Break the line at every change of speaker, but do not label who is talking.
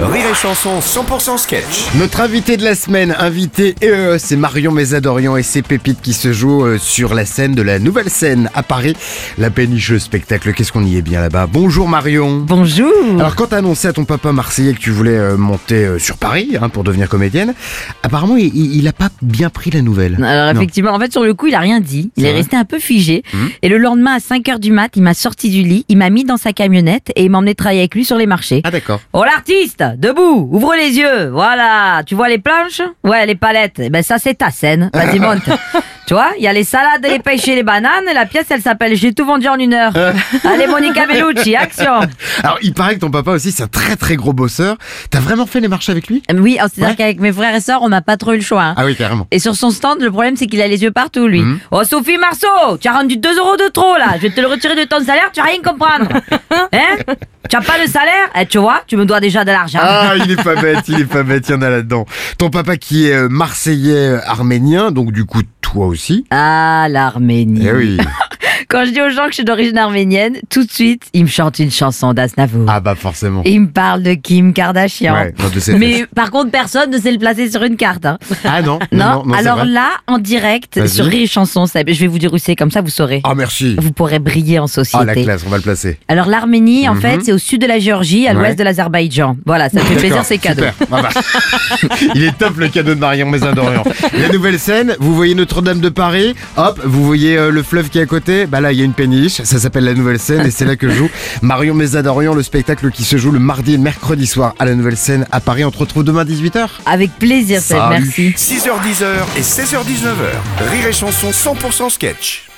Rire et Chanson 100% sketch.
Notre invité de la semaine, invité EE, c'est Marion Mésadorian et ses pépites qui se jouent euh, sur la scène de la nouvelle scène à Paris. La péniche spectacle, qu'est-ce qu'on y est bien là-bas. Bonjour Marion.
Bonjour.
Alors quand t'as annoncé à ton papa marseillais que tu voulais euh, monter euh, sur Paris hein, pour devenir comédienne, apparemment il, il- il a pas bien pris la nouvelle.
Alors
Non.
effectivement, en fait sur le coup, il a rien dit. Il
C'est
est
vrai
resté un peu figé.
Mhm.
Et le lendemain à 5 heures du mat, il m'a sorti du lit, il m'a mis dans sa camionnette et il m'a emmené travailler avec lui sur les marchés.
Ah d'accord.
Oh l'artiste, debout, ouvre les yeux. Voilà, tu vois les planches Ouais, les palettes. Eh ben ça c'est ta scène. Vas-y monte. tu vois, il y a les salades, les pêches et les bananes. La pièce, elle s'appelle J'ai tout vendu en une heure. Allez Monica Bellucci, action.
Alors il paraît que ton papa aussi c'est un très très gros bosseur. T'as vraiment fait les marches avec lui
Euh, Oui, c'est-à-dire
Ouais.
qu'avec mes frères et sœurs, on n'a pas trop eu le choix. hein.
Ah oui carrément.
Et sur son stand, le problème, c'est qu'il a les yeux partout, lui.
Mmh.
Oh, Sophie Marceau, tu as rendu 2 euros de trop, là. Je vais te le retirer de ton salaire, tu vas rien comprendre. Hein Tu as pas le salaire Eh, tu vois, tu me dois déjà de l'argent.
Ah, il est pas bête, il est pas bête, il y en a là-dedans. Ton papa qui est euh, marseillais euh, arménien, donc du coup toi aussi.
Ah, l'Arménie.
Eh oui.
Quand je dis aux gens que je suis d'origine arménienne, tout de suite, ils me chantent une chanson d'Asnavour.
Ah bah forcément.
Et ils me parlent de Kim Kardashian.
Ouais, non, de cette-
Mais par contre, personne ne sait le placer sur une carte. hein.
Ah non,
Non,
non, non, c'est
alors
vrai.
là, en direct,
Vas-y.
sur Rire et Chanson, Seb, je vais vous dire où c'est, comme ça vous saurez.
Ah merci.
Vous pourrez briller en société.
Ah la classe, on va le placer.
Alors l'Arménie, en
Mhm.
fait, c'est au sud de la Géorgie, à
Ouais.
l'ouest de l'Azerbaïdjan. Voilà, ça fait plaisir,
D'accord,
c'est cadeau.
super. Ah bah. Il est top le cadeau de Marion Mésadorian. La nouvelle scène, vous voyez Notre-Dame de Paris, hop, vous voyez euh, le fleuve qui est à côté, bah là il y a une péniche, ça s'appelle la nouvelle scène et c'est là que joue Marion Mésadorian, le spectacle qui se joue le mardi et le mercredi soir à la nouvelle scène à Paris. On te retrouve demain 18h.
Avec plaisir, Seb,
Salut.
merci.
6h10h et 16h19h. Rire et Chanson 100% sketch.